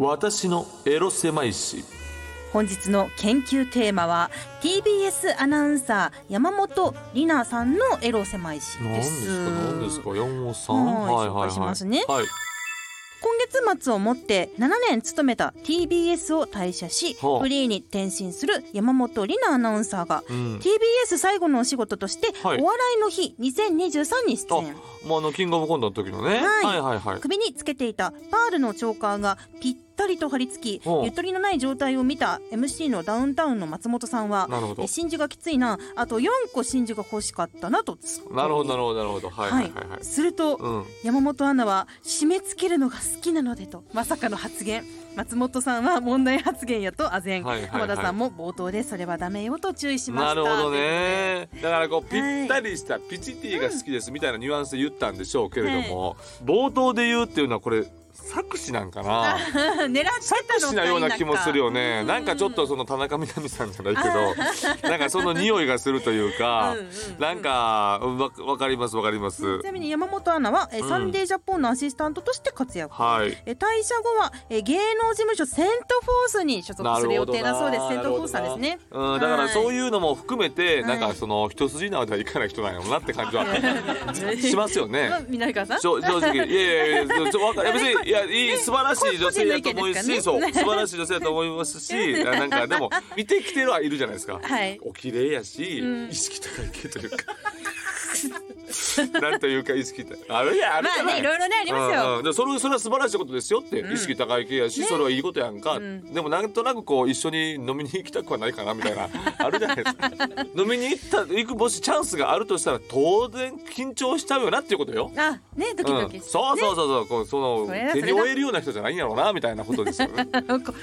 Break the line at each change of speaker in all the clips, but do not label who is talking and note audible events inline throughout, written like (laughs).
私のエロ狭いし
本日の研究テーマは TBS アナウンサー山本里奈さんのエロ狭いし
何
で
ですすか何ですか山本さん
はい
はいはい
紹介しま
は
す
い
ね
はい
今月末をもって7年勤めた TBS を退社し、
はあ
フリーに転身する山本里奈アナウンサーが、
うん
TBS 最後のお仕事として、
はい
お笑いの日2023に出
あ
演、
まああのキングオブコントの時のね、
はい
はいはいはい
首につけていたパールのチョーカーがぴったりと張り付き
ほう
ゆとりのない状態を見た MC のダウンタウンの松本さんは
なるほど
え真珠がきついなあと4個真珠が欲しかったなとツッコミ
なるほどなるほどなるほどはいはいはいはい、
すると、
うん
山本アナは締め付けるのが好きなのでとまさかの発言松本さんは問題発言やと唖然、
はいはいはい
浜田さんも冒頭でそれはダメよと注意しまし
な
た
るほどねだからこうぴ
はい
ったりした、ピチティが好きですみたいなニュアンスで言ったんでしょうけれども、冒頭で言うっていうのはこれ作詞なんかな
(laughs) 狙ってた
作
の
詞
か
なような気もするよ
う
ね
ん
なんかちょっとその田中みな実さんじゃないけ (laughs) どなんかその匂いがするというか
うんうんうん
なんかわわかりますわかります
ちなみに山本アナは、え
うん
サンデージャポンのアシスタントとして活躍、
はい
え退社後は、え芸能事務所セントフォースに所属
な
す
るほ
る予
ど
定
な
だそうですセントフォースさんですね
うん、だからそう
う
いうのも含めて、
はい
なんかその一筋縄ではいかない人なんやろうなって感じは
(laughs)
し
ま
ますよね。
南川 (laughs) さん
しょ正直いやいやいやちょわかいや別にいやいい素晴らしい女性だと思う
個
し、
人の意見ですか
そう
らね
素晴らしい女性だと思いますしなんかでも見てきてるはいるじゃないですか、
(laughs) はい
お綺麗やし、
うん
意識高い系というか (laughs) なんというか意識高いあるやんあるじゃな
まあね
い
いろいろねありますよ
うんうんでそれそれは素晴らしいことですよって、意識高い系やし、それはいいことやんか、
ん
でもなんとなくこう一緒に飲みに行きたくはないかなみたい
(laughs)
なあるじゃないですか飲みに行った行くもしチャンスがあるとしたら当然緊張しちゃうよなっていうことよ。
あねドキドキ
うん、
して
そうそうそうそう、こうその
それだ
手に
それだ
負えるような人じゃないんやろうなみたいなことですよ
(laughs)
ね。
なんかなんか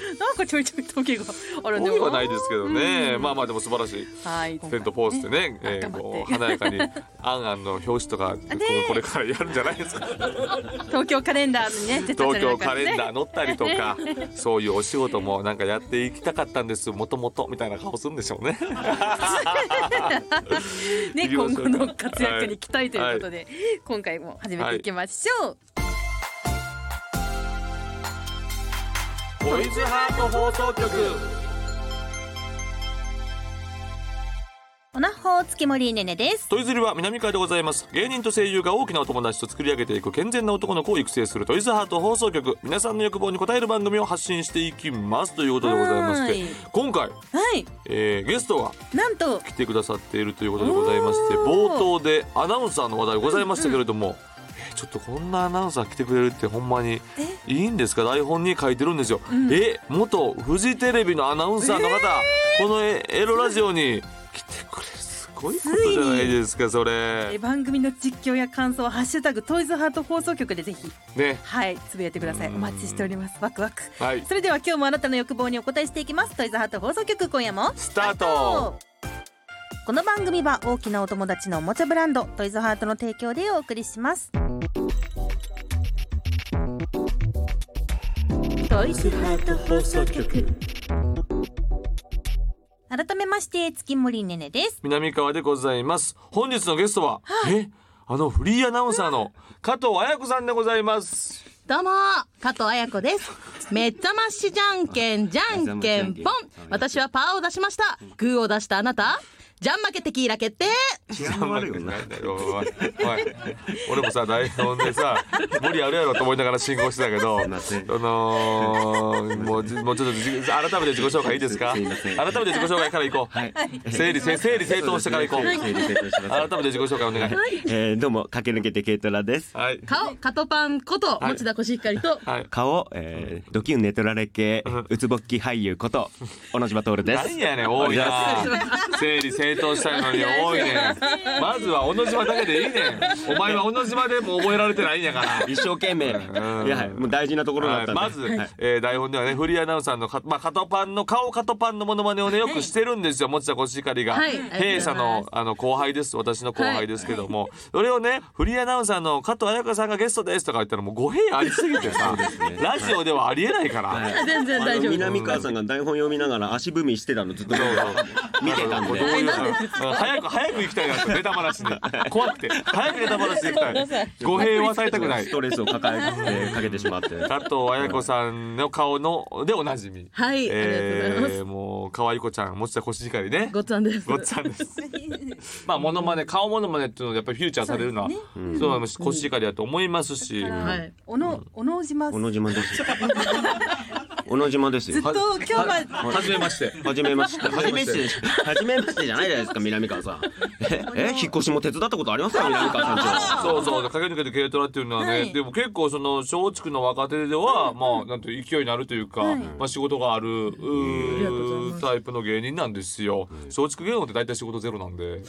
ちょいちょい時があるん
多
で
いはないですけどね、まあまあでも素晴らしい。
はい
セントポースでね、えー
頑張って
こう華やかにアンアンの表紙とかこうこれからやるんじゃない
(laughs)
ですか。
東京カレンダーにね出た
東京カレンダ
ー
ー乗ったりとか、そういうお仕事もなんかやっていきたかったんですもともとみたいな顔するんでしょう
(laughs)
ね。
ね
行きましょうか
今後の活躍に期待ということで、今回も始めていきましょう、
ボイズハート放送局
おなほう月森ねねです
トイズリは南海でございます芸人と声優が大きなお友達と作り上げていく健全な男の子を育成するトイズハート放送局皆さんの欲望に応える番組を発信していきますということでございまして
はい
今回、
はい
えーゲストが
なんと
来てくださっているということでございまして
おー
冒頭でアナウンサーの話題ございましたけれども、えーちょっとこんなアナウンサー来てくれるってほんまにいいんですか台本に書いてるんですよ、え元フジテレビのアナウンサーの方、このエエロラジオに来てくれるすごいことじゃないですかそ
え
れ
番組の実況や感想はハッシュタグトイズハート放送局でぜひ
ね
はいつぶやいてくださいお
うん
待ちしておりますワクワク
はい
それでは今日もあなたの欲望にお答えしていきますトイズハート放送局今夜も
スタート
この番組は大きなお友達のおもちゃブランドトイズハートの提供でお送りしますトイズハート放送局改めまして月森ねねです
南川でございます本日のゲストは、えあのフリーアナウンサーの加藤彩子さんでございます
どうも加藤彩子ですめっちゃましじゃんけんじゃんけんぽん私はパーを出しましたグーを出したあなたじゃん負けテキーラ決定
治安悪いよな。
おいおい俺もさ台本でさ無理あるやろと思いながら進行してたけどあ
ません
のーもうじもうちょっとじ改めて自己紹介いいですか改
すい
め
ま
て
せん
自己紹介からいこう、
はい。
(laughs) 整理整整理整頓してからいこう
整理整頓してくだ
改
さい
めて自己紹介お願い
えーどうも駆け抜けて軽トラです。
はい
顔加藤パンこと
はい
持田コシヒカリと
はい
顔、えードキュンネトラレ系
ん
うつぼっき俳優こと小野島徹です。
何やねん多
(laughs)
いな整理整頓したいのに多いねんまずは小野島だけでいいねんお前は小野島でも覚えられてないんやから
一生懸命。いやはいもう大事なところだったんで。
はいまず、
はい
えー台本ではねフリーアナウンサーのか、まあ、カトパンの顔カトパンのモノマネをねよくしてるんですよ持田コシヒカリが、
はい
弊社
ありがとうござ
の
います
あの後輩です私の後輩ですけども、それをねフリーアナウンサーの加藤彩香さんがゲストですとか言ったらもう語弊ありすぎてさ、ラジオではありえないから。 (laughs)
全然大丈夫
南川さんが台本読みながら足踏みしてたのずっと見てたん
これ
で
どう。いう早く早く行きたいなってネタ話に (laughs) 怖くて早くネタ話で行きたい語弊を与えたくない
ストレスを抱えてかけてしまって。
加藤綾子さんの顔顔のでおなじみ
はいありがとうござい
えーもう可愛い子ちゃん持田コシヒカリね
ごっちゃんです
ごっちゃんです (laughs) まあモノマネ顔モノマネっていうのはやっぱりフューチャーされるのは
そうで
そうなのコシヒカリだと思いますし、
だから
はい
おのおのおじま
小
す
野島ですよ。小野島です
ずっ
よ。
と今日は
ははじめまして
はじめまして。は
じ
じ
めま
めま
し
してて。はじめましてじゃないじゃないですか、南川さん。え、え引っ越しも手伝ったことありますか、南川さんちは。
(laughs) そうそう駆け抜けて軽トラっていうのはね、
はい
でも結構その松竹の若手では、まあなんて勢いになるというか、まあ仕事があるうー
がとうございます
タイプの芸人なんですよ松竹芸能って大体仕事ゼロなんで、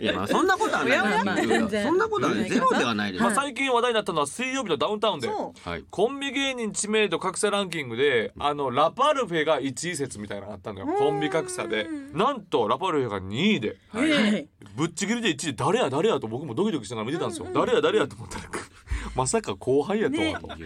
いや、まあ、そんなことはないです
おやおや
よ。そんなことはない。ゼロではないです
まあ。最近話題になったのは水曜日のダウンタウンで
そ
はい。
コンビ芸人知名度格差ランキングであのラパルフェが1位説みたいなのがあったのよコンビ格差でなんとラパルフェが2位で
はい
ぶっちぎりで1位誰や誰やと僕もドキドキしながら見てたんですよ、誰や誰やと思ったら (laughs) まさか後輩やとは、
ね
と
そう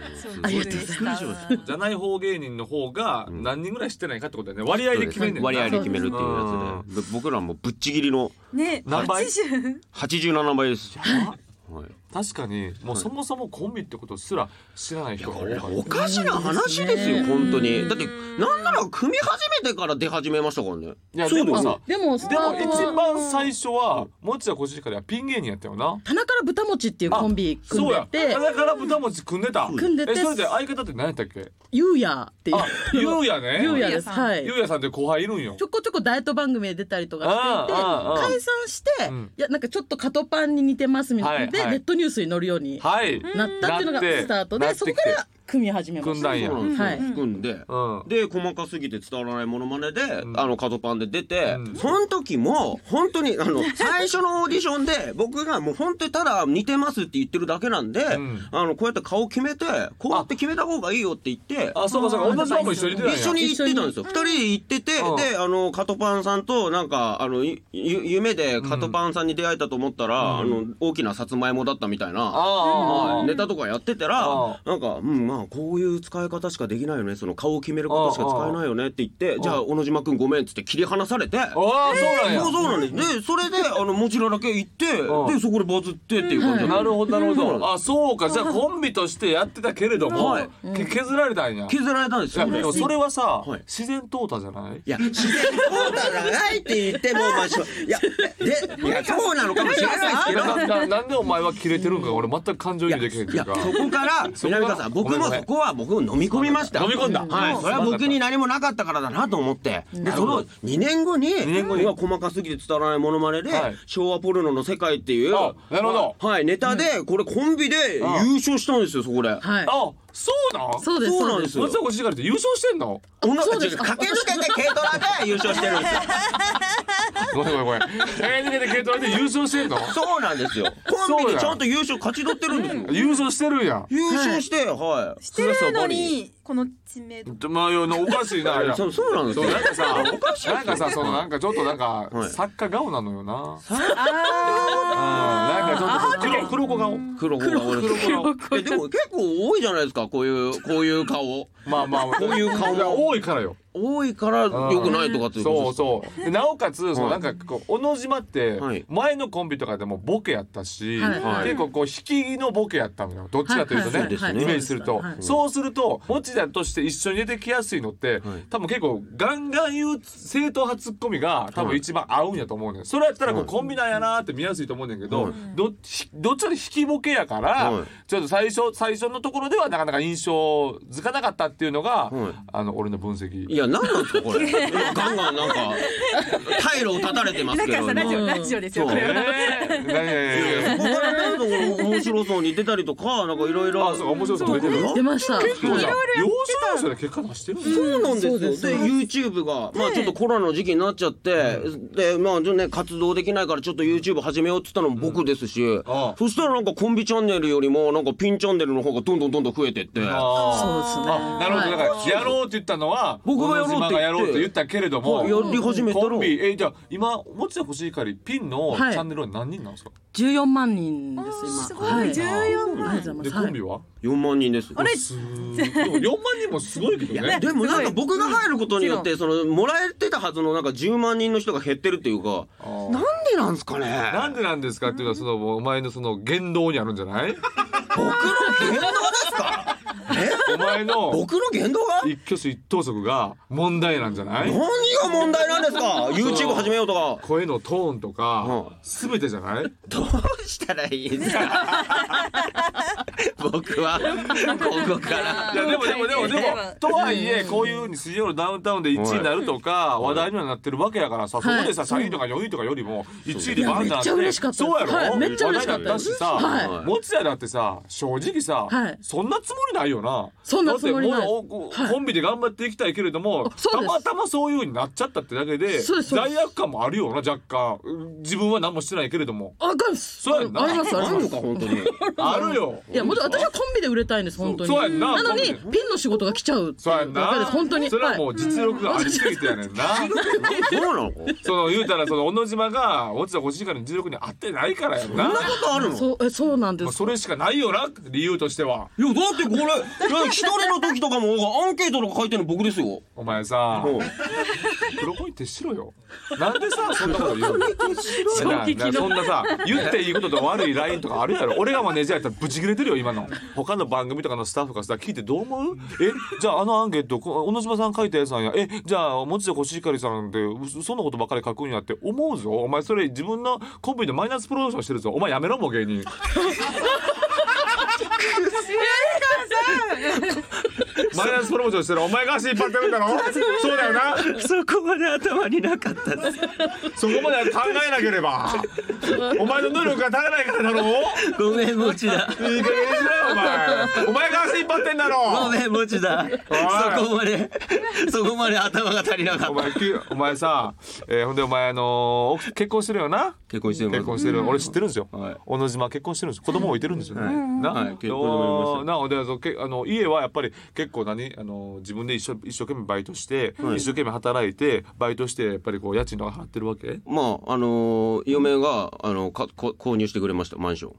ありがとうござい
ま
じゃない方芸人の方が何人ぐらい知ってないかってことだよね割合で決めんねんな
割合で決めるっていう
そう
やつで、ぶ僕らもぶっちぎりの
ね
何倍
80
87倍ですよ。はい
確かにもうそもそもコンビってことすら知らない人が多かっ
おかしな話ですよ、本当に。だって、なんなら組み始めてから出始めましたからね。
たいやでもさ
でもスタ
でも
ートは
一番最初は持田こじからピン芸人やったよな
棚から豚餅っていうコンビ組んでて
そうやだから豚餅組んでた
組んでて
えそれで相方って何やったっけ
ゆうやっていう
あゆうやね
ゆうやで
ゆうや
す
さん
はい
ゆうやさんって後輩いるんよ
ちょこちょこダイエット番組で出たりとかしていて
ああああ
解散して、
うん
いやなんかちょっとカトパンに似てますみたいな、
はい
で、
はい
ネットニュースに載るように
はい
なったっていうのが
なって
スタート
な
で
って
そ
きて
こから組み始めま
組ん
し
だ
た
んや
そうなんですよ
はい
組んで、
うん
で細かすぎて伝わらないものまねで、
ん
あのカトパンで出て、
うん
その時も本当にあ
(laughs)
の最初のオーディションで僕がもう本当にただ似てますって言ってるだけなんで、
ん
あのこうやって顔決めてこうやって決めた方がいいよって言って。
あそうかそうか同じ番号一緒に出てたんや
一緒に行ってたんですよ。二人で行ってて、
うん
で、あの、カトパンさんと、なんか、あの、ゆゆ夢でカトパンさんに出会えたと思ったら、あの、大きなさつまいもだったみたいな。
ああ
ネタとかやってた
あ
らなんか、うん、まあこういう使い方しかできないよねその顔を決めることしか使えないよねって言ってじゃあ小野島君ごめんっつって切り離されてそう
ああそうなんや
そうなんですでそれであのもちろんだけ行って
うん
でそこでバズってっていう感
(laughs)
じ
な
で
るほどなる
そ
ほ
う
ど。あそうかじゃあコンビとしてやってたけれども、
はい
け削られたんや。い
削られたんです
や
よ。
でもそれはさ、
はい
自然淘汰じゃない？
いや、自然淘汰じゃないって言っても、まあ、しょいや、で、いや、そうなのかもしれないですけど、
な (laughs) ななんでお前はキレてるんか、俺全く感情
い
移
や、
入できへんっていうか。
そ
(laughs)
こから、南川さん、
ごめん
僕
ご
も
めん
そこは僕を飲み込みました。
飲み込んだ
はい。それは僕に何もなかったからだなと思って。で、その2年後に、
年後に
僕は細かすぎて伝わらないモノマネで
はい、
昭和ポルノの世界っていう、
あなるほど
はい、ネタで、これコンビで優勝したんですよ、そこで。
はい
あそうなん？
そうです
そう
そ
な
うんで
ですす
松岡志がりって優勝してんの？
おな
そうで
駆
す
け抜けて軽トラで優勝してるんですよ。
ごめんごめんごめん。えー、抜けて軽トラで優勝してんの？
そうなんで
(laughs)
すよ。コンビでちゃんと優勝勝ち取ってるんですよ。
優勝してるやん。
優勝して、はい。
してるのにこの知名度
まあおかしいな。いや
そうそうなんです
そう
よ。
なんかさ、なんかさ、そのなんかちょっとなんか、
はい
作家顔なのよな。うん、
あ
なんかちょっと黒黒子顔。
黒子が多いです
黒子
えでも結構多いじゃないですかこういうこういう顔
まあまあ、こ
ういう顔
が多いからよ。
多いから良くないとかっていうこと
そうそう。でなおかつ、そのなんかこう小野島って
はい
前のコンビとかでもボケやったし、
はいはい
結構こう引きのボケやったのよ。どっちかというとね、
はいはいはいはい
イメージすると、
はい
そうすると持田として一緒に出てきやすいのって、多分結構ガンガン言う正統派ツッコミが多分一番合うんやと思うねん。それやったらこうコンビなんやなーって見やすいと思うねんけど、
はい
どっちどっちかで引きボケやから、
はい
ちょっと最初最初のところではなかなか印象づかなかったっていうのが、
はい
あの俺の分析。
いや何なんですかこれガンガンなんか退路を断たれてま
あ
す
だ
け
からさラ
ど
ジオ
今
ラジオですよ
そ
こ
う
れは
えー、
そこからなんか面白そうに出たりとかなんかいろいろ
あそうか面白そう
そ
に
う
出てる
出ました
そうじゃん。要所要所で結果出してるんだよ。
そうなんですよ
そうです
で YouTube がまあちょっとコロナの時期になっちゃってでまあちょっとね活動できないからちょっと YouTube 始めようっつったのも僕ですし
ああ
そしたらなんかコンビチャンネルよりもなんかピンチャンネルの方がどんどんどんどん増えてって
あ
そうです
ー
ね
あ、なるほど。だ
はい
からやろうって言ったのは
僕がやろうって言っ
小
て
野島がやろうって言ったけれども、
はいやり始めたら
コンビえーじゃあ今持田欲しいかりピンのチ
はい
ャンネルは何人なんですか。
14万人です
す
今
ご
はいい
十四
あり
万
がとう
で
ござい
コ
ます
ンビは？
4万人です
あれ
すーでも四万人もすごいけどね。
でもなんか僕が入ることによってそのもらえてたはずのなんか10万人の人が減ってるっていうか
あー
なんでなんすかね
なんでなんですかっていうのはそのお前のその言動にあるんじゃない？
僕の言動ですかえ
お前の
僕の言動が
一挙手一投足が問題なんじゃない
何が問題なんです (laughs) か YouTube 始めようとか
声のトーンとか
うん
全てじゃない
どうしたらいいですか (laughs) 僕はここから
いやでもでもでもでも
でも
とはいえこういうふうに水曜のダウンタウンで1位になるとか話題にはなってるわけやからさそこでさ3位とか4位とかよりも1位でバンなって
そういやめっちゃ嬉しかった
そうやろ
はいめっちゃ嬉しかっ
話題
た
になったし
は
さ
い
持つやだってさ正直さ
はい
そんなつもりないよな
そんなつもりない
だってもうおコンビで頑張っていきたいけれども
あそう
た
です
またまそういうふうになっちゃったってだけで
そうですそうです
罪悪感もあるよな若干うん自分は何もしてないけれども
あかんっす
そうやんな
あありますあ
あ
り
る
ま
の
す
か本当に
あるよ
いやもちろん私はコンビで売れたいんです本当に
そうそうやんな
のに
コン
ピンの仕事が来ちゃうって
そうや
い
ん
うだけで
な
す本当に
それはも
は
う実力がありすぎてやねんな
そうなの
その言うたらその小野島が落ちた星からの実力に合ってないからやんな。
そんなことあるの
いそうえそうなんで
まあ
す
それしかないよな理由としてはい
やだってこれだって一人の時とかもアンケートとか書いてるの僕ですよ
お前さ
もう
黒子に徹しろよなんでさそんなこと言うの
衝撃の
ななそんなさ言っていいことと悪いラインとかあるやろ俺がマネージャーやったらブチ切れてるよ今の他の番組とかのスタッフがさ聞いてどう思うえじゃああのアンケートこ小野島さん書いたやつなんやえじゃあ持田コシヒカリさんってそそんなことばっかり書くんやって思うぞお前それ自分のコンビでマイナスプロモーションしてるぞお前やめろもう芸
(laughs)
人マイナスプロモーションしてるお前が足引っ張ってるんだろそうだよな
(laughs) そこまで頭になかったです
そこまで考えなければお前の能力が足らないからだろ
(laughs) ごめん持田
いい加減にしろよお前お前が足引っ張ってんだ
ご
ろ
めん持田そこまでそこまで頭が足りなか
お
った
前きお前さ、えーほんでお前あのー奥結婚してるよな
結婚して
結婚してる、俺知ってるんですよ、
はい
小野島結婚してるんです子供置いてるんですよ、
はい
な、
はい結婚もいました
なのでそうけあの家はやっぱり結構何あの自分で一生一生懸命バイトして、一生懸命働いてバイトしてやっぱりこう家賃とか払ってるわけ
まああのー嫁があのかこ購入してくれましたマンション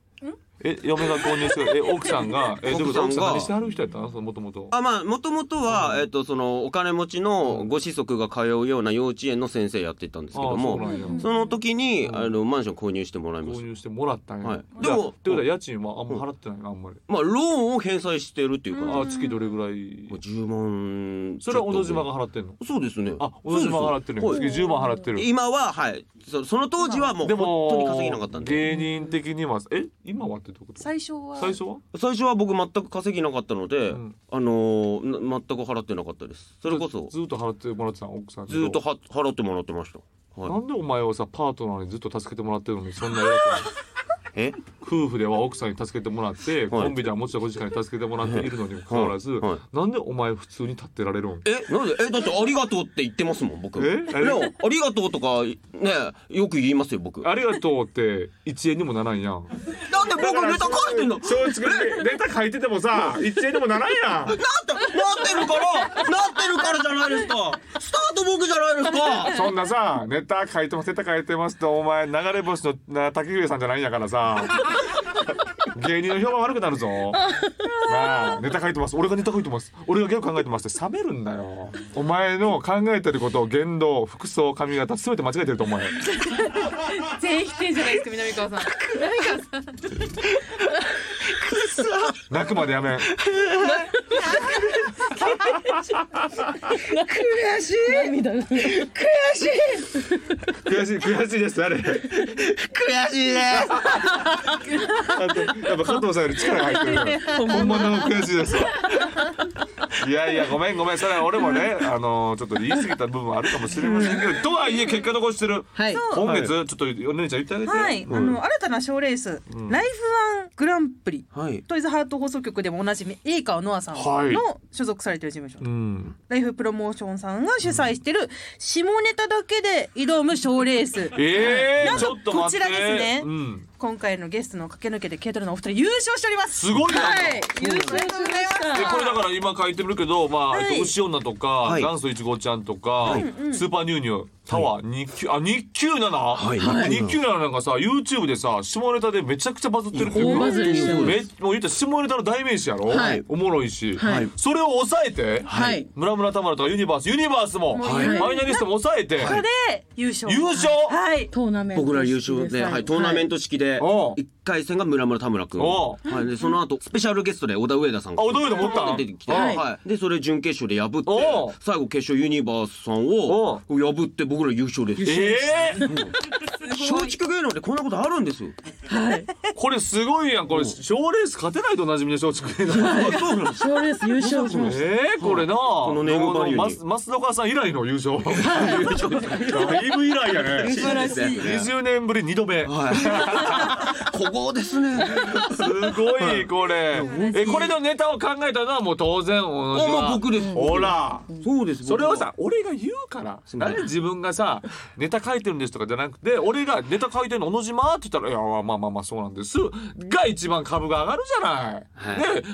え嫁が購入してるえ奥さんがえどういうこと奥
奥さ
さ
ん
ん
が
何してはる人やったのそのもともと
あまあもともとは、えっとそのお金持ちのご子息が通うような幼稚園の先生やってたんですけども
ああそうなんや
その時にあのマンション購入してもらいまし
購
た
入してもらったんや、
はい
じゃあで
でも
もってことは家賃はあんま払ってないなあんまり、
まあローンを返済してるっていうか、
ああ月どれぐらい
10万
それは小野島
が
が払ってんの
そうですね
あ小野島が払ってる
そ
よ
うです
月10万払ってる
今ははいそその当時はもう
で
本
も
当に稼げなかったん
芸
で
人的にはえ今はってどういうこと
最初は
最初は
最初は僕全く稼げなかったので、
うん
あのーな全く払ってなかったですそれこそ
ずずっと払ってもらってたの奥さんに
ずーっとは払ってもらってました
な
はい
んでお前はさパートナーにずっと助けてもらってるのにそんな
(laughs)
偉くない
え
夫婦では奥さんに助けてもらってコンビではもちろんご時間に助けてもらっているのにもかかわらず、
はいはい
なんでお前普通に立ってられるん
えなんでえだってありがとうって言ってますもん僕
え
ねありがとうとかねよく言いますよ僕だっ
ありがとうって1円にもならんやん
て僕ネタ書いてんの
正直ネタ書いててもさ1円でもならんやん
なってなってるから
(laughs)
なってるからじゃないですかスタート僕じゃないです (laughs) か
そんなさネタ書いてますネタ書いてますってお前流れ星のな滝上さんじゃないんやからさ芸人の評判悪くなるぞなあネタ書いてます俺がネタ書いてます俺がギャグ考えてますって冷めるんだよお前の考えてること言動服装髪型全て間違えてると思うよ
全員否定じゃないですか南川さん南川さん
泣くまでやめん
(laughs) 涙が
(laughs) 悔しい悔しいですあれ
悔しいです
あとやっぱ加藤さんより力が入ってる
(laughs)
本物の悔しいですいやいやごめんごめんそれは俺もねあのちょっと言い過ぎた部分はあるかもしれませんけどとはいえ結果残してる、
はい
今月、ちょっとお姉ちゃん言ってあげて、
はい、あの新たな賞ーレース、ライフワングランプリ、
はい
トイズハート放送局でもおなじみ栄川ノアさん
はい
の所属されてる事務所、
うん、
ライフプロモーションさんが主催してる下ネタだけで挑む賞ーレース、
ええ
なん
ー、ち
と
ょっと待って
こちらですね
うん、
今回のゲストの駆け抜けてケイトルのお二人優勝しております
すごいな
はい、優勝しております
でこれだから今書いてるけど、まあ、
はい
えっと牛女とか、
い
元祖いちごちゃんとか、スーパーニューニュー、タワー、日給、あ、日給7、
い
日給7なんかさ、YouTube でさ、下ネタでめちゃくちゃバズってるっていう
大
か
バズりしてます
めもう言ったら下ネタの代名詞やろ、
はい
おもろいし、
はい
それを抑えて、
はい
村村田村とかユニバース、ユニバースも、フ
はい
ァイナリストも抑えて、
で優勝
優勝
はい
トーナメント
僕ら優勝で、はい、トーナメン
ト
ト式で、で
おう
一回戦が村村田村君
お
はいでその後スペシャルゲストで小田上田さんが
あ小田上田持った
出てきて
おう
はいでそれ準決勝で破
お
っ
う
て最後決勝ユニバースさんを破って僕ら優勝です
ええ
松竹芸能でこんなことあるんですよ
これすごいやんこれ賞レース勝てないとおなじみの松竹芸能
あそうなんです
賞レース優勝しまし
ええこれなこ
のネームバリューに
増田川さん以来の優勝だいぶ以来や (laughs) ね
し
20年ぶり2度目
はい。ここですね。
すごいこれえこれのネタを考えたのはもう当然お
あ、もう僕です。
ほら
そうです。
それを
は
さ俺が言うからなんで自分がさネタ書いてるんですとかじゃなくて俺がネタ書いてるの小野島って言ったら「いやまあまあまあそうなんです」が一番株が上がるじゃない。ね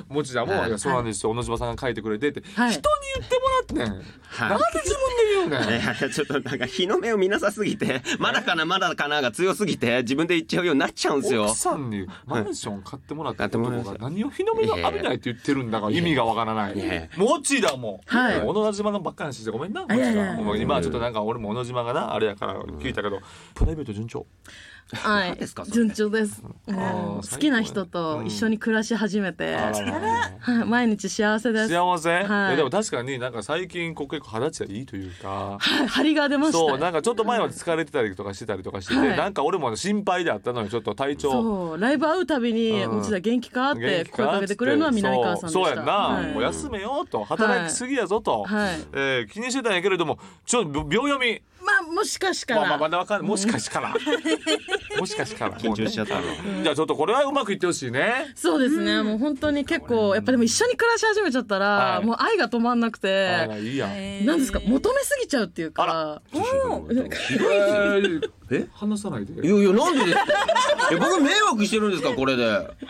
もちちゃんも「
はい
いやそうなんですよ小野島さんが書いてくれて」って人
はい
に言ってもらってんなんで自分で言うねん。
ちょっとなんか日の目を見なさすぎてまだかなまだかなが強すぎて自分で言っちゃうようになっちゃうんですよ
奥さんにマンション買ってもらった
買ってもらいまし
男
た
が何を日の目が浴びないって言ってるんだから意味がわからない
いやいや。
もちだもん。
はい
小野島のばっかりしてごめんな。も
いや
ち
い
が
や
もう今はちょっとなんか俺も小野島がなあれやから聞いたけどプライベート順調。
たは
何
い
ですかそれ
順調ですうん
あ
好
ー
きな人と一緒に暮らし始めて
あららら
はい毎日幸せです
幸せ、
はい
いやでも確かになんか最近こう結構肌つやいいというか。
はい張りが出ました
そうなんかちょっと前まで疲れてたりとかしてたりとかしてて、
はい
なんか俺も心配であったのにちょっと体調
そうライブ会うたびに「
うん
持田元気か?」っ
元
て
気
声かけてくれるのは南川さんでし
そう
た
そうやんな、
はい
もう休めようと働きすぎやぞと、
はい
えー気にしてたんやけれどもちょっと秒読み
まあもしかしか
まあまあ
ら
まだわかんないもしかしから (laughs) もしかしから緊
緊張しちゃったの
じゃあちょっとこれはうまくいってほしいね
そうですねもう本当に結構やっぱでも一緒に暮らし始めちゃった
は
ら
い
もう愛が止まんなく
あ
て
らいいやん、え
なんですか求めすぎちゃうっていうか
ー
え
話さないで
いやいやなんでですかえ僕迷惑してるんですかこれで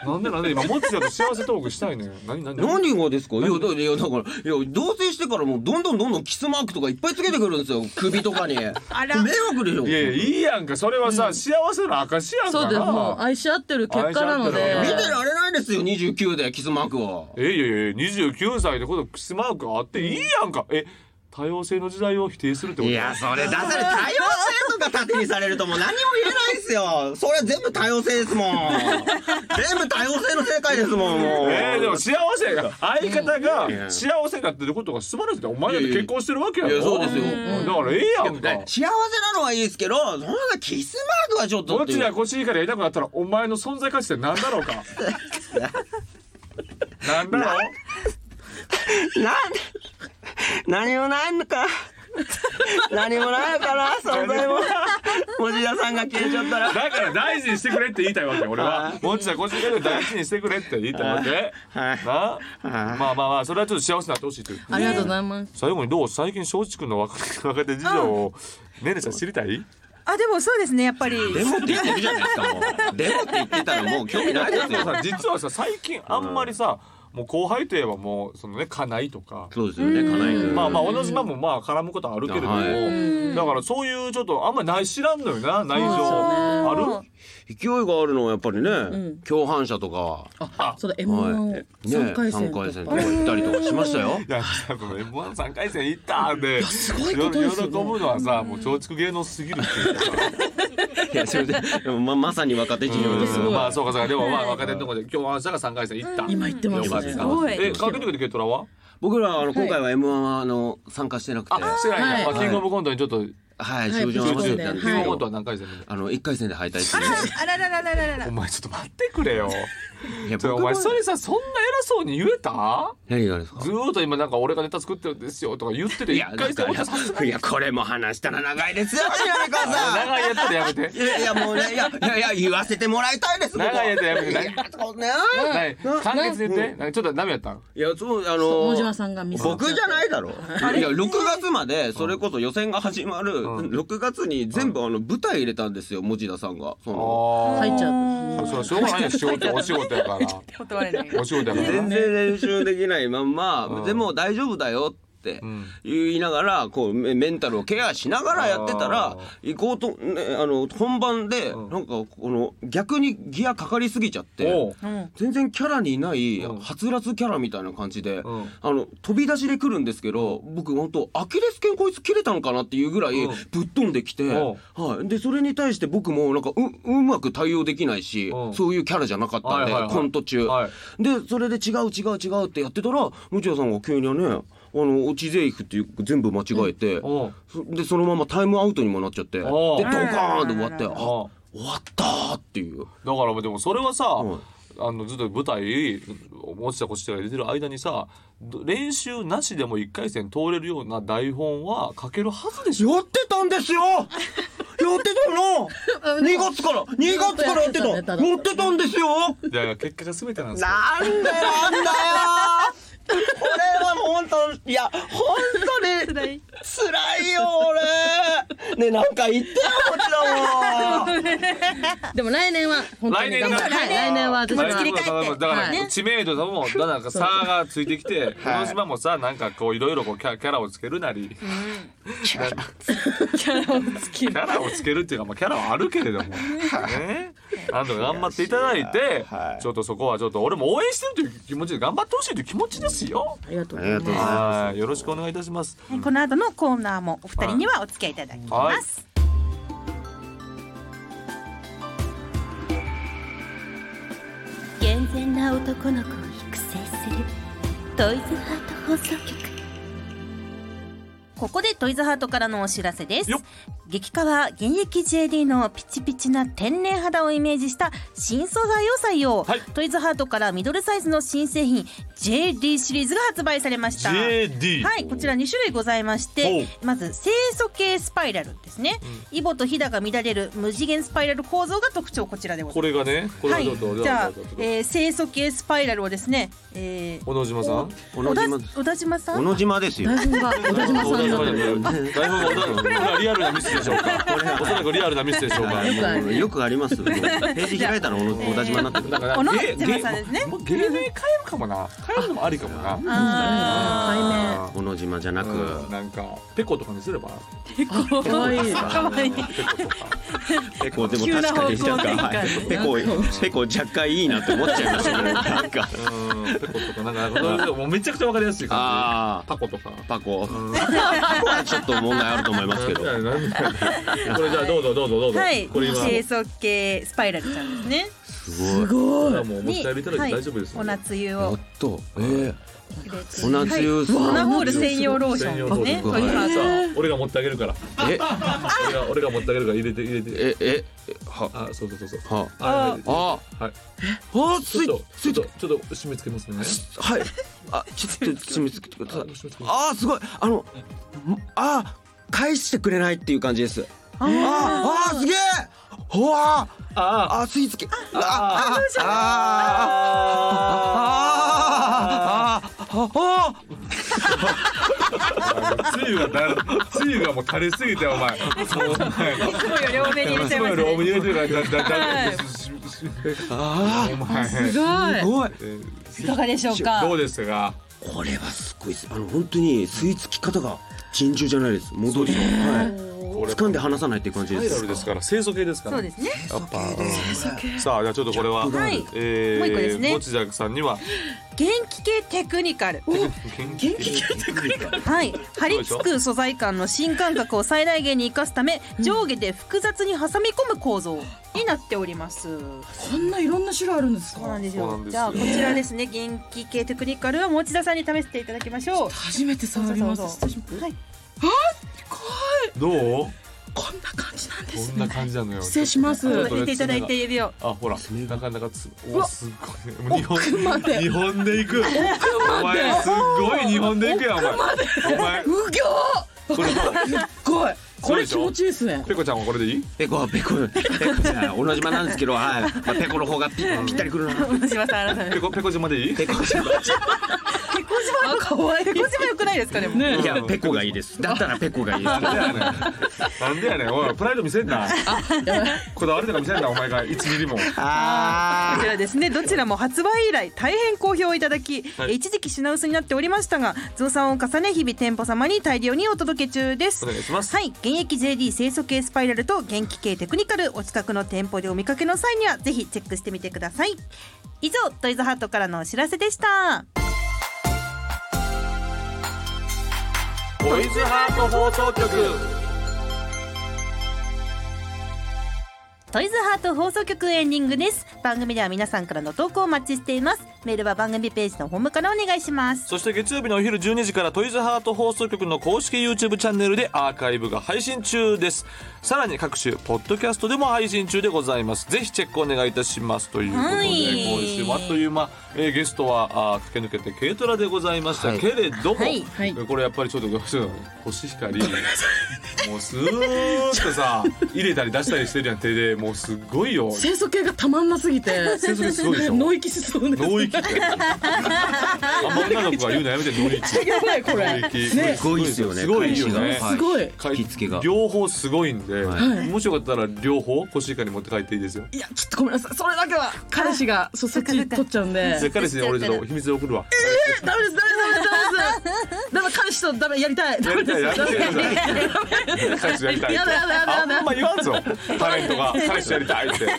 なんでなんで今もっちだと幸せトークしたいね何何何
何がですかいやだいやだからいや同棲してからもうどんどんどんどんキスマークとかいっぱいつけてくるんですよ首とかにあら迷惑でしょ
いやいやいいやんかそれはさ、幸せの証やんか
そう
な
ですもう愛し合ってる結果なので
愛
見
し合って
られないですよ29でキスマークを
えいやいやいや29歳でこそキスマークがあっていいやんかえ多様性の時代を否定するってこと
いやそれだから多様性とか盾にされるともう何も言えないですよそれは全部多様性ですもん全部多様性の世界ですもんもう
え (laughs) ー、でも幸せが相方が幸せだってことが素晴らしいってお前だって結婚してるわけやろ
いやそうですよ
んだからええやんか
幸せなのはいいですけどそんなキスマークはちょっと
ど
っ
ってち
いう
が腰からいなくなったらお前の存在価値って何だろう (laughs) かなんだろう
なん (laughs) 何もないのか何もないのかな存在も文字田さんが消えちゃったら
だから大事にしてくれって言いたいわけ俺はもっちは腰から大事にしてくれって言いたいわけ
はい
なまあまあまあそれはちょっと幸せになってほしいという
ありがとうございます
最後にどう最近松竹の若手若手事情をねねちゃん知りたい
あでもそうですねやっぱり
でもって言ってるじゃないですかもうでもって言ってたらもう興味ないです
(laughs) でも
よ
さ実はさ最近あんまりさ、もう後輩といえばもうそのね家内とか。
そうですよね金井君
まあまあ小野島もまあ絡むことあるけれども、
は
だからそういうちょっとあんまりない知らんのよな内情ある
勢いがあるのはやっぱりね、共犯者とか
そうだ M の3回戦
三
と
回
か
戦とか行ったりとかしましたよ
いや多分 m 1 3回戦行ったんで喜
ごいことですよね
ぶのはさもう松竹芸能すぎるっていうか
い (laughs) やそれででもままさに若手企業です
うん
よ
まあそうかそうかでもまあ若手のところで共犯者が3回戦行った
今行ってますね
よかった
す
ごい
えかけてくれてトラは
僕らはあの今回は M1 はあの参加してなくて
あしてないんだ
はい
あキングオブコントにちょっと
はい
はい
終了
集
の
中
話
し
だ
て
ったんです
キングオブコ
け
ント
ど
は何回戦で
あの一回戦で敗退してる
あららららららら
お前ちょっと待ってくれよ
いや
ちょ
僕
お前そ
も
れさそんな偉そうに言えた
何がですか
ずーっと今なんか俺がネタ作ってるんですよとか言ってて
い
一
や
回戦
だか
落ちたさすが
らいやこれも話したら長いですよ南川さん
長いやつでやめて
いやいやもうねいやいやいや言わせてもらいたいです僕
長いやつやめて
い
な
やこんな
はい簡潔に言ってなんかちょっとダメやったん
いやそうあの
大島さんがミスっちゃって
僕じゃないだろいや6月までそれこそ予選が始まる
ん
6月に全部あの舞台入れたんですよ持田さんがそ
あ
の
入っちゃう
あそれはしょうがないよ仕事お仕事やから
断れない
お仕事やから
全然練習できないまん
(laughs)
ま
うん
でも大丈夫だよって
ん
言いながらこうメメンタルをケアしながらやってた
あ
ら行こうと、ね、あの本番で
ん
なんかこの逆にギアかかりすぎちゃって。
おう
うん
全然キャラにない
うん
はつらつキャラみたいな感じ
ん
で、あの飛び出しで来るんですけど、僕本当アキレス腱こいつ切れたのかなっていうぐらい
うん
ぶっ飛んできて、
うん
はい、でそれに対して僕もなんかううまく対応できないし、
うん
そういうキャラじゃなかったん
は
で、
いはいはい
コント中、
はい
でそれで違う違う違うってやってたらむちやさんが急にねあの落ちゼイフっていう全部間違えて、
おう
そでそのままタイムアウトにもなっちゃってでドカ
お
ーンって終わってあ
うん
終
おう
わったーっていう。
だからでもそれはさ、
うん
あのずっと舞台落ちたこちたが出てる間にさど練習なしでも1回戦通れるような台本は書けるはずでしょ
やってたんです (laughs) よ。やってたの。2月から2月からやって
やってた
た。
ね
やってたんですよ。
いやいや結果が全てなんですよ
なんでなんだよ。俺は本当いや本当に辛いよ俺。ねなんか言ってよこちらも。
でも来年は本当
来
に
年
頑
が
張ってはい来年は私
来年
は
はだからだから、
はい
知名度ともだなんか差がついてきてこの島もさなんかこういろいろこうキャキャラをつけるなり、なんかキャラをつけるっていうか、まあ、キャラはあるけれども、ね、なんとか頑張っていただいて、ちょっとそこはちょっと俺も応援してるという気持ちで頑張ってほしいという気持ちですよ。
ありがとうご
あ
ざいます
とうございま
はい、よろしくお願いいたします。
はいこの後のコーナーもお二人にはお付き合いいただきます。
健全な男の子を育成するトイズハート放送局
ここでトイズハートからのお知らせです
よっ。
激化は現役 JD のピチピチな天然肌をイメージした新素材を採用。
はい
トイズハートからミドルサイズの新製品 JD シリーズが発売されました。
JD
はい、こちら2種類ございまして、まず清楚系スパイラルですね。イボとヒダが乱れる無次元スパイラル構造が特徴こちらでござ
こ
い
れがね、これ
ま
は
す。
ちょっと、
はい、じゃあ、えー、清楚系スパイラルをですね、えー、
小野島さん。
小野島
小田小田島さ
小
ん。
野島ですよ。
大丈夫か小田島さん
小田島さん。
だ
台本は小田島さんリアルなミスでしょうか。おそらくリアルなミスでしょうか。
よくある
もうよくあります。もうページ開いたら小野小田島になってる。
だから
小野
芸
島さんですね
芸もう芸名変えるかもな変えるのもありかもなうん
あ
小野島じゃなく。
なんかペコとかにすれば
(laughs)
可愛い
ペコでも確かに
急な方向転換
なんかはい (laughs) ペコペコ若干いいなって思っちゃいましたね。なんか
うんペコとかなんかなんかもうめちゃくちゃわかりやすい感
あ
じ
あ
パコとか
パコ。パコはちょっと問題あると思いますけど。 (laughs)
なんだよなんだよこれじゃあどうぞどうぞどうぞ
はい、
これ今
清楚系スパイラルちゃんですね。
すごい。
これはもうお持ち帰りいただいて大丈夫です
お夏湯を
とえ
入れて。
え。おなつゆ
粉
さん。
ホール専用ローションですね。
専用
ト
ロー
イ
シ
ズ
ョ
ハ
さ
ート。
あ俺が持ってあげるから俺
え
が俺が持ってあげるから入れて入れて
えええは
あそうそうそうそう
は
あ
ああ
はい
あ
ち
つ
ょっ
い
とちょっとちょっと締め付けますね
はいあちょっと締め付けてください
あ。締め付けます
あーすごいあのあー返してくれないっていう感じですあーあーすげえうわー
あ
あー吸い付けあああ
あ
あーあーあーあー
つゆがだつゆがもう垂れすぎてお前もうお前
いつもより多めに入れちゃいます
ロー
ね。
ムに入れてるからだだだ
あ
お前
ーすごい
いかがでしょうか
ど。うですか
これはすごいですあの本当に吸い付き方が尋常じゃないです戻りのはい掴んで離さないっていう感じ
ア
で
イラ
す
ルですから清楚系ですから
そうですね。
やっぱうんさあじゃあちょっとこれは
はい
え
もう一個ですね
ーぼちざくさんには
元気系テクニカル。
元気系テクニカル
はい、張り付く素材感の新感覚を最大限に生かすため上下で複雑に挟み込む構造になっております
こんないろんな種類あるんです
そうな
か
んです
そうな
よ
んです
じゃあこちらですね元気系テクニカルは持田さんに試していただきましょう
初めて触りました失礼します
はい、
どう
こんな感じなんで
こ
す
んな感じなのよ
失礼します
ちょっと
入れていただいて指を
あほらなかなかつおすっごい日
奥ま
本
で
日本で行くお前すっごい日本で行くやんお前お前
うぎょ
これ
ーすっごいこれ
そうでし
気
ょ
持ちいいですね
ペコちゃんはこれでいい
ペコはペコペコじゃ同じ間なんですけどはい、まあ、ペコの方がぴぴったりくるな
小島さん改めて
ペコペコ島でいい
ペコじゃ
ペコ
あ可愛い
こっちも良くないですかでも。
ね
いやペコがいいですだったらペコがいいです
なんでやねんおいプライド見せんなこだわりとか見せんなお前が1ミリも
あ
こちらですねどちらも発売以来大変好評をいただき、
はい
え一時期品薄になっておりましたが増産を重ね日々店舗様に大量にお届け中です
お願いします
はい現役 JD 清楚系スパイラルと元気系テクニカルお近くの店舗でお見かけの際にはぜひチェックしてみてください以上トイズハートからのお知らせでした
ボイズハート放送局
トイズハート放送局エンディングです番組では皆さんからの投稿をお待ちしていますメールは番組ページのホームからお願いします
そして月曜日のお昼12時からトイズハート放送局の公式 YouTube チャンネルでアーカイブが配信中です。さらに各種ポッドキャストでも配信中でございます。ぜひチェックお願いいたします。ということで、
はい
今週はあっという間、えーゲストはあー駆け抜けて軽トラでございました、
はい
けれども、
はい
はい
これやっぱりちょっとちょっと星
(laughs)
光もうスーッとさ入れたり出したりしてるやん手でもうすっごい
(laughs)
よ
清楚系がたまんなすぎて
清楚系すごいでしょ
脳域しそうです
脳域ってあんま女の子が言うのやめて脳域
やばいこれね
すごいですよね
すごいよ
返
ね
しが
すごい
書い
引き付けが
両方すごいんで、
は
もしよかったら両方腰以下に持って帰っていいです (laughs) よ。
いやちょっとごめんなさいそれだけは彼氏がそうそっち取っちゃうんで
せっかりですね、俺ちょっと秘密で送るわ。 (laughs)
ダメですダメですダメですダメですダメ彼氏とダメやりたいダ
や
メ
り
で
た
す
い、やりたい、やりたい。彼氏やりたいって
やだやだやだやだ
あんま言わんぞ。タレントが彼氏やりたいって。
取ら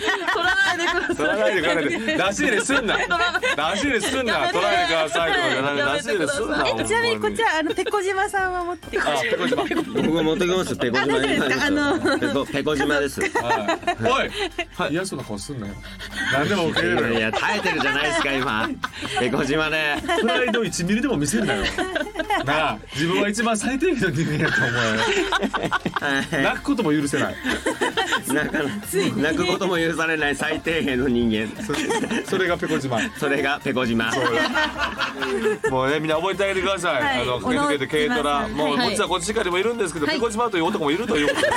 ないでください
取らないでくださいね。出し入れすんな。出し入れすんな。取らないでくださいとかじゃ
や
ない。
め
出し
て
入れすんな。
えちなみにこちらあのペコ島さんは持って
ほんまに。あ、ペコ島。
僕が持ってきますペコ島にペコペコ島です
はいおい。嫌そうな顔すんなよ。何でも受け入れろ
い
よ。
や耐えてるじゃないですか今ペコ島ね (laughs)
プライド1ミリでも見せる (laughs) なよ。なあ、自分は一番最低限の人間やと思うよ。泣くことも許せない。
泣かない泣くことも許されない最底辺の人間
そそれがペコ自慢。
それがペコ島
もうねみんな覚えてあげてください。
はい
あの駆け抜けて軽トラ、
この
もう
はい
こっちはこっちかにもいるんですけど、ペコ自慢という男もいるということで。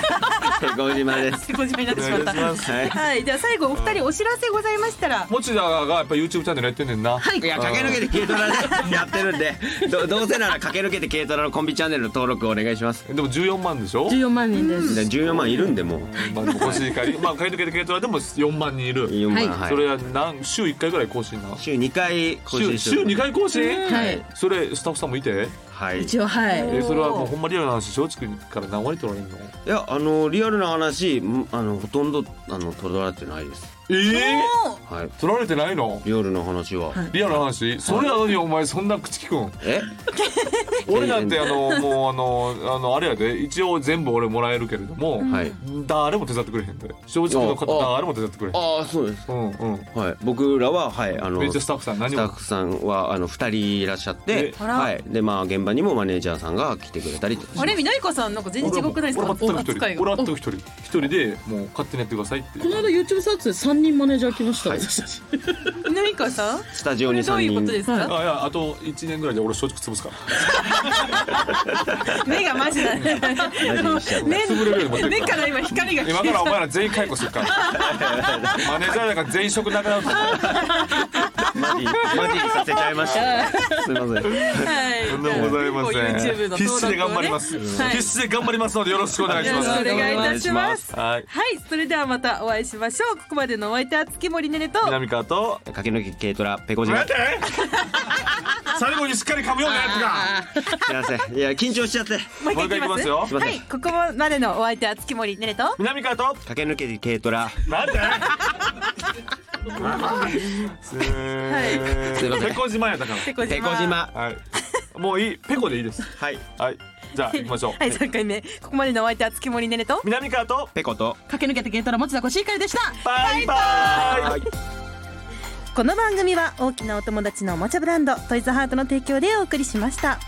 ペコ島です
ペコ島になってしま
お
った
願いします。
はい
はい、じゃあ最後お二人お知らせございましたら。
もちだがやっぱ YouTube チャンネルやってんねんな。
はい
いや駆け抜けて軽トラでやってるんでどどうせなら駆け抜けて軽トラのコンビチャンネルの登録お願いします
でも14万でしょ。
14万人です
14万いるんでもう
まあでも欲しい
(laughs)
かり、まあ駆け抜けて軽トラでも4万人いる。
4万
はい
はい
それは何週1回ぐらい更新なの。
週2回更
週
新して
週2回更新。
はい
それスタッフさんもいて、
はいい
一応はい
えそれはもうほんまリアルな話松竹から何割取られるの
やあのリアルな話んあのほとんどあの取られてないです
ええ
もう
はい
取られてないの
リアルの話は、
リアルな話それなのにお前そんな口利くん
え
俺なんてあのもうあのあのあれやで一応全部俺もらえるけれども、
はい
誰も手伝ってくれへんで正直の方
ああ
誰も手伝ってくれへん
ああそうです
うんうん
はい僕らははいあの
めっちゃスタッフさん何
スタッ
も
フさんはあの2人いらっしゃって、
え
あら
はい、でまあ現場にもマネージャーさんが来てくれたりと
あれみないかさんなんか全然違くないですか
俺は全く一
扱い
人俺
が
は全く一人一人でもう勝手にやってくださいって
この間 YouTube 撮影3人マネージャー来ました、
みなみかわさん。
スタジオ
こ
に
れど
3
ういうこと
人
ですか
あいやあと1年ぐらいで俺正直潰すから
目がマ (laughs) ジだね。
大事にしちゃう
目
潰れるように持ってく
目
る
から今光が。
今からお前ら全員解雇するから
(laughs)
マネージャーだから全員職なくなると思う
マジマジにさせちゃいましたすいません
はい。
とんでもございません
YouTube の登録をね
必死で頑張ります、
はい
必死で頑張りますのでよろしくお願いしま
よろ
す
しくお願いいたします。
はい
はい、それではまたお会いしましょう。ここまでのお相手は月森ねねと。
南川と
駆け抜け軽トラペコ島
待って最後にしっかり噛むようなやつが
すいませんいや緊張しちゃって
もう一回いきます
もう一回いきます
よ
はい、ここまでのお相手は月森ねねと。
南川と
駆け抜け軽トラ
なんです
すいません
ペコ島やだか
ペコ
ペコ島
らはいもういいペコでいいです
はい
はいじゃあ行きましょう
はい、三回目。ここまでのお相手は月森ねねと。
南川と
ペコと
駆け抜けてゲートラ持田コシヒカリでした
バイバイ
この番組は大きなお友達のおもちゃブランドトイズハートの提供でお送りしました。